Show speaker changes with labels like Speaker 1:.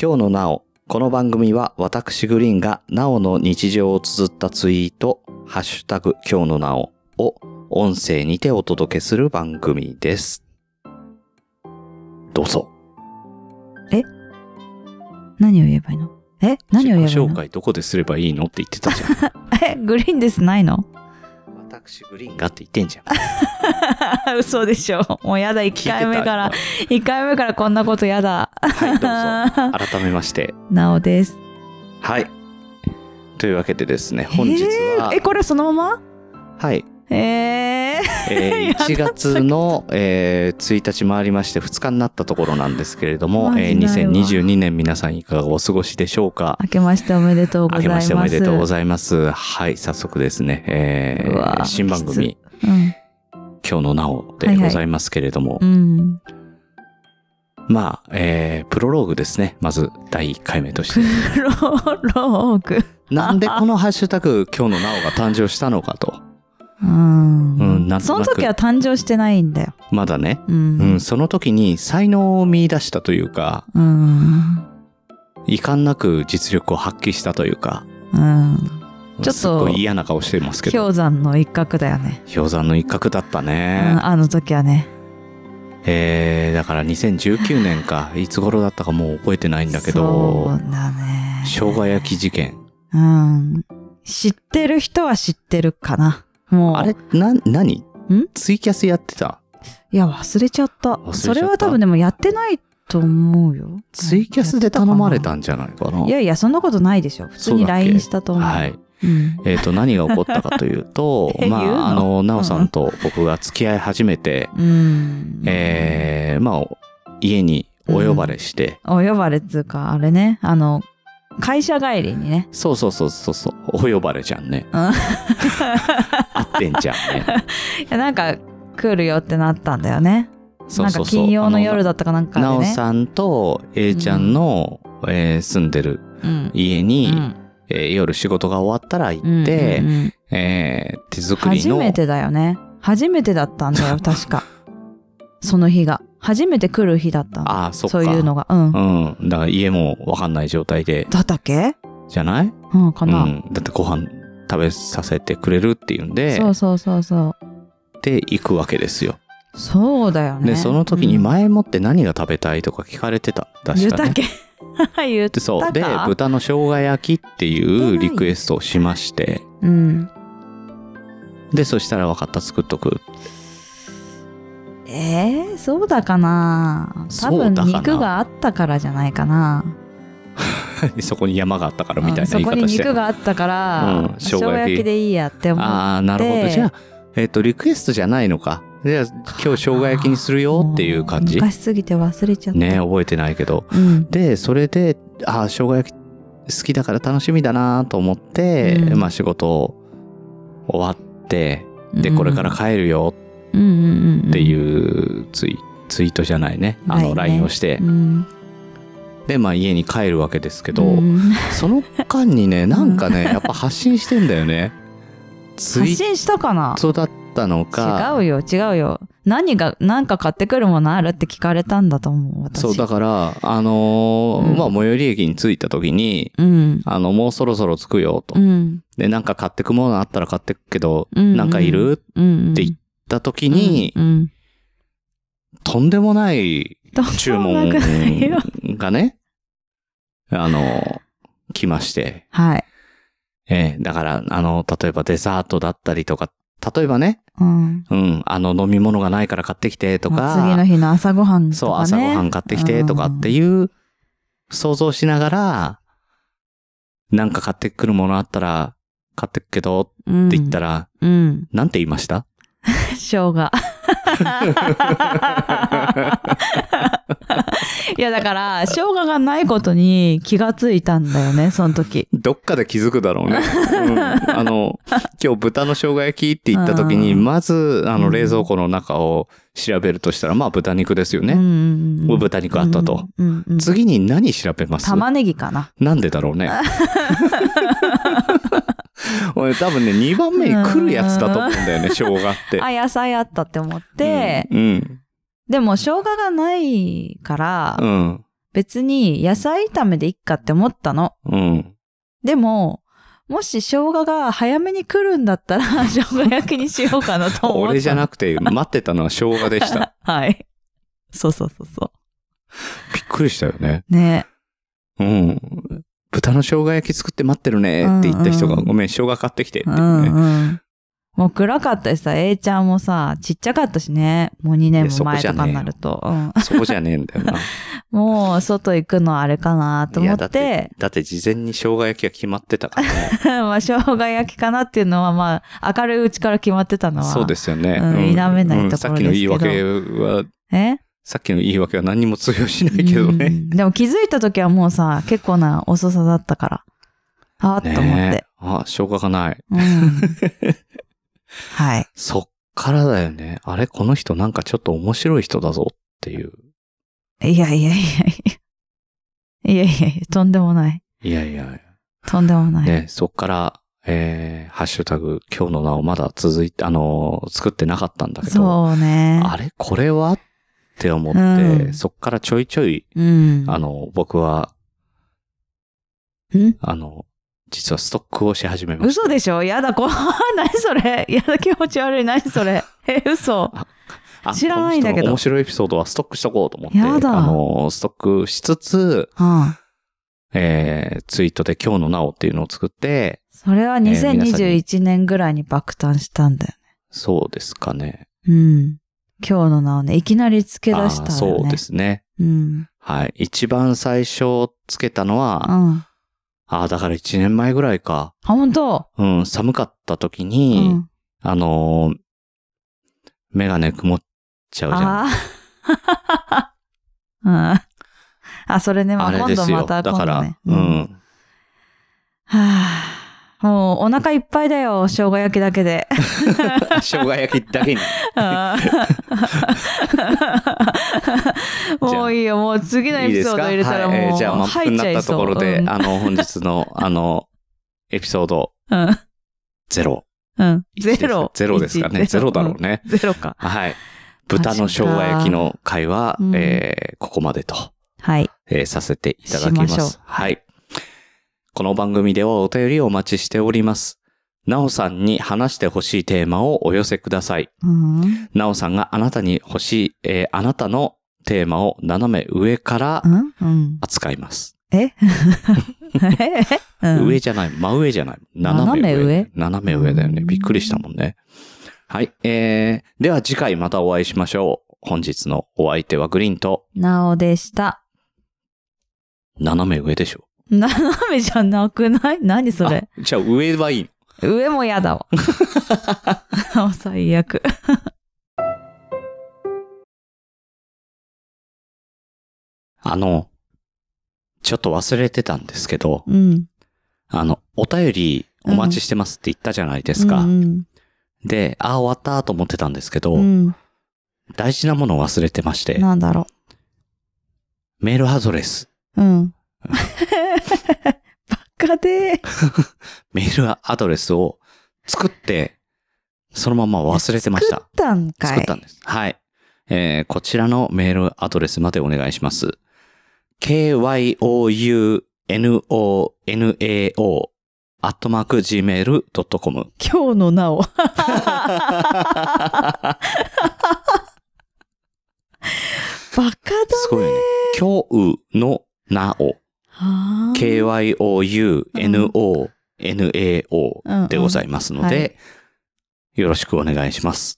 Speaker 1: 今日のなお。この番組は私グリーンがなおの日常を綴ったツイート、ハッシュタグ今日のなおを音声にてお届けする番組です。どうぞ。
Speaker 2: 何を言えばいいのえ何を言えばいい
Speaker 1: 自己紹
Speaker 2: の
Speaker 1: 介どこですればいいのって言ってたじゃん。
Speaker 2: えグリーンですないの
Speaker 1: 私グリーンがって言ってんじゃん。
Speaker 2: 嘘でしょもうやだ1回目から1回目からこんなことやだ
Speaker 1: はい、 どうぞ。改めまして。
Speaker 2: なおです
Speaker 1: はい。というわけでですね、本日は
Speaker 2: えー、えこれそのま
Speaker 1: はい、
Speaker 2: まえ
Speaker 1: えー
Speaker 2: やだ
Speaker 1: 1月の、えー1日回りまして2日になったところなんですけれども、
Speaker 2: マ
Speaker 1: えー
Speaker 2: ジないわ
Speaker 1: 2022年皆さんいかがお過ごしでしょうか
Speaker 2: ー、明けましておめでとうござ
Speaker 1: 明
Speaker 2: い
Speaker 1: け
Speaker 2: ま
Speaker 1: ますしておめでとうご
Speaker 2: ざ
Speaker 1: ざ
Speaker 2: い
Speaker 1: います。はい、早速ですね、えー
Speaker 2: うわ
Speaker 1: 新番組、今日のなお
Speaker 2: は
Speaker 1: で
Speaker 2: いはい
Speaker 1: ございますけれども、
Speaker 2: うん、うん、
Speaker 1: まあ、えープロローグですね、まず第1回目と して。
Speaker 2: ロローグ
Speaker 1: なんでこのハッシュタグ、今日のなおが誕生したのかと。
Speaker 2: うん、
Speaker 1: うんなんとなく
Speaker 2: その時は誕生してないんだよ
Speaker 1: まだね、
Speaker 2: う
Speaker 1: うんん、その時に才能を見出したというか、
Speaker 2: うん、
Speaker 1: 遺憾なく実力を発揮したというか、
Speaker 2: うん、ちょっと
Speaker 1: すっごい嫌な顔してますけど、
Speaker 2: 氷山の一角だよね、
Speaker 1: 氷山の一角だった
Speaker 2: う
Speaker 1: ね
Speaker 2: ん。あの時はね
Speaker 1: えー、だから2019年 か、いつ頃だったかもう覚えてないんだけ
Speaker 2: そ
Speaker 1: ど
Speaker 2: う、だね。
Speaker 1: 生姜焼き事件。
Speaker 2: うん。知ってる人は知ってるかな。もう。
Speaker 1: あれな、何
Speaker 2: ん
Speaker 1: ツイキャスやってた
Speaker 2: いや、忘れちゃった
Speaker 1: れちゃった
Speaker 2: それは多分でもやってないと思うよ。。
Speaker 1: ツイキャスで頼まれたんじゃないかない
Speaker 2: やいや、そんなことないでしょ。普通
Speaker 1: そ
Speaker 2: に
Speaker 1: うだっけ
Speaker 2: LINE したと思う。
Speaker 1: はい。
Speaker 2: うん。
Speaker 1: えっ、と、何が起こったかというと
Speaker 2: え、
Speaker 1: ま
Speaker 2: 言うの
Speaker 1: あ、あの、なおさんと僕が付き合い始めて、
Speaker 2: うん。
Speaker 1: えー、まあ、家にお呼ばれして、
Speaker 2: お呼ばれっつうか、あれね、あの、会社帰りにね。
Speaker 1: そうそうそうそうそう、お呼ばれじゃんね。
Speaker 2: うん
Speaker 1: 合ってんじゃんね。
Speaker 2: いや なんか、来るよってなったんだよね。
Speaker 1: そうそうそう。
Speaker 2: なんか金曜の夜
Speaker 1: だ
Speaker 2: だったかなんかでね。
Speaker 1: なおさんと A ちゃんの、えー住んでる
Speaker 2: うん。
Speaker 1: 家
Speaker 2: う
Speaker 1: に、
Speaker 2: ん
Speaker 1: えー夜仕事が終わったら行って、
Speaker 2: うんうんうん
Speaker 1: えー手作り
Speaker 2: 初
Speaker 1: の
Speaker 2: めてだよね初めてだったん だよ確かその日が初めて来る日だったの
Speaker 1: ああそっか
Speaker 2: そういうのがうん
Speaker 1: うんだから家もわかんない状態で
Speaker 2: だったっけ
Speaker 1: じゃない
Speaker 2: うんかな、
Speaker 1: うん、だってご飯食べさせてくれるっていうんで
Speaker 2: そうそうそうそ
Speaker 1: で行くわけですよ
Speaker 2: うそうだよね
Speaker 1: でその時に
Speaker 2: うん
Speaker 1: 前もって何が食べたいとか聞かれてた確
Speaker 2: 言っ
Speaker 1: か
Speaker 2: た
Speaker 1: ね
Speaker 2: っけ 言っ
Speaker 1: でそうで
Speaker 2: 豚
Speaker 1: 豚の生姜焼きっていうリクエストをしまして
Speaker 2: うん
Speaker 1: でそしたら分かった作っとく
Speaker 2: えー、そうだかな多
Speaker 1: そう
Speaker 2: 分
Speaker 1: だかな
Speaker 2: 肉があったからじゃないかな
Speaker 1: そこに山があったからみたいな
Speaker 2: うんそ
Speaker 1: 言い
Speaker 2: こ
Speaker 1: 方
Speaker 2: に
Speaker 1: して
Speaker 2: 肉があったから、
Speaker 1: うん生姜焼き
Speaker 2: でいいやって思う
Speaker 1: ああなるほど
Speaker 2: で
Speaker 1: じゃあえっ、とリクエストじゃないのかじゃあ今日生姜焼きにするよっていう感じ
Speaker 2: 昔すぎて忘れちゃった
Speaker 1: ね覚えてないけど
Speaker 2: うん
Speaker 1: でそれでああ生姜焼き好きだから楽しみだなと思って、
Speaker 2: うん
Speaker 1: まあ仕事終わってで
Speaker 2: うん
Speaker 1: これから帰るよ
Speaker 2: うんうんうんうん
Speaker 1: っていうツイ,、ツイートじゃないねあの
Speaker 2: LINE ね
Speaker 1: LINE をして、
Speaker 2: うん
Speaker 1: でまあ家に帰るわけですけど、
Speaker 2: うん
Speaker 1: その間にねなんかねやっぱ発信してんだよ ねツイ
Speaker 2: 発
Speaker 1: ー
Speaker 2: 信したかな
Speaker 1: トだったのか
Speaker 2: 違うよ違うよ何が何か買ってくるものあるって聞かれたんだと思う私
Speaker 1: そうだからあのー
Speaker 2: うん
Speaker 1: まあ最寄り駅に着いた時に
Speaker 2: うん
Speaker 1: あのもうそろそろ着くよと、
Speaker 2: うん
Speaker 1: でなんか買ってくものあったら買ってくけど、
Speaker 2: うんうん
Speaker 1: なんかいるって
Speaker 2: うん
Speaker 1: って言った時に、
Speaker 2: うん
Speaker 1: とんでもない
Speaker 2: うん
Speaker 1: 注
Speaker 2: どう
Speaker 1: 文
Speaker 2: もなくないよ
Speaker 1: がね、あの、来まして。
Speaker 2: はい、
Speaker 1: ええ、だから、あの、例えばデザートだったりとか、例えばね、
Speaker 2: うん、
Speaker 1: うん、あの飲み物がないから買ってきてと
Speaker 2: ま
Speaker 1: か
Speaker 2: あ、次の日の朝ごはんとか、ね、
Speaker 1: そう、朝ごはん買ってきてとかっていう想像しながら、なんか買ってくるものあったら買ってくけど
Speaker 2: うん
Speaker 1: って言ったら、
Speaker 2: うん、うん、
Speaker 1: なんて言いました
Speaker 2: 生姜 いやだから生姜がないことに気がついたんだよねその時
Speaker 1: どっかで気づくだろう ね。うんあの、今日豚の生姜焼きって言った時に、
Speaker 2: うん
Speaker 1: まず、あの、
Speaker 2: うん
Speaker 1: 冷蔵庫の中を調べるとしたら、まあ、豚肉ですよ
Speaker 2: うん
Speaker 1: ね。
Speaker 2: うんうん、
Speaker 1: 豚肉あったと。
Speaker 2: うんうんうん、
Speaker 1: 次に何調べます
Speaker 2: 玉ねぎかな
Speaker 1: なんでだろうね。 俺多分ね、2番目に来るやつだと思うんだよね、生姜って。
Speaker 2: あ野菜あったって思って、
Speaker 1: うん、
Speaker 2: でも生姜がないから、
Speaker 1: うん。
Speaker 2: 別に野菜炒めでいっかって思ったの。
Speaker 1: うん。
Speaker 2: でも、もし生姜が早めに来るん だったら、生姜焼きにしようかなと思った。
Speaker 1: 俺じゃ
Speaker 2: く
Speaker 1: なくて、待ってたのは生姜でした。
Speaker 2: はい。そうそうそうそ
Speaker 1: びっくりしたよね。
Speaker 2: う。ね
Speaker 1: うん。豚の生姜焼き作って待ってるねって言った人が、
Speaker 2: うんうん
Speaker 1: ごめん、生姜買ってきてって
Speaker 2: う
Speaker 1: い
Speaker 2: ん
Speaker 1: うね。
Speaker 2: うん。もう暗かったしさ、A ちゃんもさ、ちっちゃかったしね。もう2年も前とかになると。うん
Speaker 1: そこじゃねえんだよな。
Speaker 2: もう外行くのあれかな と
Speaker 1: い
Speaker 2: 思
Speaker 1: や
Speaker 2: って、
Speaker 1: だって、だって事前に生姜焼きが決まってたからね。
Speaker 2: まあ生姜焼きかなっていうのは、まあ明るいうちから決まってたのは。
Speaker 1: そうですよね。
Speaker 2: うん否めない
Speaker 1: うん
Speaker 2: ところです
Speaker 1: さ
Speaker 2: けど
Speaker 1: っきの言い訳は、
Speaker 2: え
Speaker 1: さっきの言い訳は何にも通用しないけど
Speaker 2: う
Speaker 1: ね。
Speaker 2: んでも気づいた時はもうさ、結構な遅さだったから。あーっと思っ
Speaker 1: ね
Speaker 2: て
Speaker 1: え。あ、生姜がない。
Speaker 2: うん。はい。
Speaker 1: そっからだよね。あれ、この人なんかちょっと面白い人だぞっていう。
Speaker 2: いやいやいやいや。いやいやいや、とんでもない。
Speaker 1: いやいや。
Speaker 2: とんでもない。
Speaker 1: ね、そっから、えー、ハッシュタグ、今日の名をまだ続いて、あのー作ってなかったんだけど、
Speaker 2: そうね。
Speaker 1: あれこれはって思って、
Speaker 2: うん
Speaker 1: そっからちょいちょい、
Speaker 2: うん。
Speaker 1: あの、僕は、
Speaker 2: ん
Speaker 1: あの、実はストックをし始めました。
Speaker 2: 嘘でしょやだ、こ、 何それやだ、気持ち悪い。何それえ、嘘。
Speaker 1: あ
Speaker 2: 知らないんだけど
Speaker 1: この人の面白いエピソードはストックしとこうと思って、
Speaker 2: やだ
Speaker 1: あの、ストックしつつ、
Speaker 2: うん。
Speaker 1: えー、ツイートで今日のなおっていうのを作って、
Speaker 2: それは
Speaker 1: えー皆さんに
Speaker 2: 2021年ぐらいに爆誕したんだよ
Speaker 1: そうですかね。
Speaker 2: ね。うん。今日の名をね、いきなり付け出した
Speaker 1: あー
Speaker 2: よね。
Speaker 1: そうで。すね。
Speaker 2: うん。
Speaker 1: はい。一番最初つけたのは、
Speaker 2: うん。
Speaker 1: ああ、だから1年前ぐらいか。
Speaker 2: あ、本当
Speaker 1: うん、寒かった時
Speaker 2: う
Speaker 1: に、
Speaker 2: ん。
Speaker 1: あのーメガネ曇っちゃうじゃん。
Speaker 2: ああ。 うん。あ、それね、ま
Speaker 1: あ
Speaker 2: あ、
Speaker 1: れ
Speaker 2: 今
Speaker 1: で
Speaker 2: 度
Speaker 1: す
Speaker 2: ま
Speaker 1: よ。だ
Speaker 2: た
Speaker 1: か
Speaker 2: 今度
Speaker 1: ら
Speaker 2: ね。、
Speaker 1: う
Speaker 2: は
Speaker 1: ん。
Speaker 2: あ。もう、お腹いっぱいだよ、生姜焼きだけで。
Speaker 1: 生姜焼きだけに。
Speaker 2: あーもういいよ、もう次のエ
Speaker 1: いい
Speaker 2: ピ
Speaker 1: です
Speaker 2: ソード
Speaker 1: か
Speaker 2: 入れたらもう、
Speaker 1: はいえーじゃあ、満腹
Speaker 2: 入
Speaker 1: に
Speaker 2: っ
Speaker 1: な
Speaker 2: ちゃ
Speaker 1: った
Speaker 2: いそう
Speaker 1: ところで、
Speaker 2: うん
Speaker 1: あの、本日の、あの、エピソード
Speaker 2: うん
Speaker 1: ゼロ。
Speaker 2: うんゼ
Speaker 1: 一です
Speaker 2: ロ。
Speaker 1: ゼロですかね。
Speaker 2: 一
Speaker 1: ゼロだろう。ね。
Speaker 2: んゼロか。
Speaker 1: はい。豚の生姜焼きの会は、
Speaker 2: うん
Speaker 1: えーここまでと。
Speaker 2: はい。
Speaker 1: えーさせていただきます。
Speaker 2: しましょう
Speaker 1: はい。この番組ではお便りをお待ちしております。なおさんに話してほしいテーマをお寄せください。
Speaker 2: うん。
Speaker 1: なおさんがあなたに欲しい、えーあなたのテーマを斜め上から
Speaker 2: うんうん。
Speaker 1: 扱います。
Speaker 2: ええうん
Speaker 1: 上じゃない、真上じゃない。斜め上。斜め上だよね。びっくりしたもんね。はい。えー、では次回またお会いしましょう。本日のお相手はグリーンと
Speaker 2: なおでした。
Speaker 1: 斜め上でしょ。
Speaker 2: 斜めじゃなくない何それ。
Speaker 1: あじゃあ上はいいの
Speaker 2: 上もや だわ。もう最悪。
Speaker 1: あの、ちょっと忘れてたんですけど、
Speaker 2: うん。
Speaker 1: あの、お便りお待ちしてますって言ったじゃないですか。
Speaker 2: うん
Speaker 1: で、ああ、終わったと思ってたんですけど、
Speaker 2: うん。
Speaker 1: 大事なものを忘れてまして、
Speaker 2: なんだろ
Speaker 1: メールアドレス。
Speaker 2: う。うん。バカで。
Speaker 1: メールアドレスを作って、そのまま忘れてました
Speaker 2: 作っ。たんかい。
Speaker 1: 作ったんです。はい。えーこちらのメールアドレスまでお願いします。kyononao アットマーク gmail.com
Speaker 2: 今日の なお。バカだ
Speaker 1: すごいよね。今日のなお、
Speaker 2: はあ
Speaker 1: kyouno, nao でございますの
Speaker 2: うんうんは
Speaker 1: で、よろしくお願いします。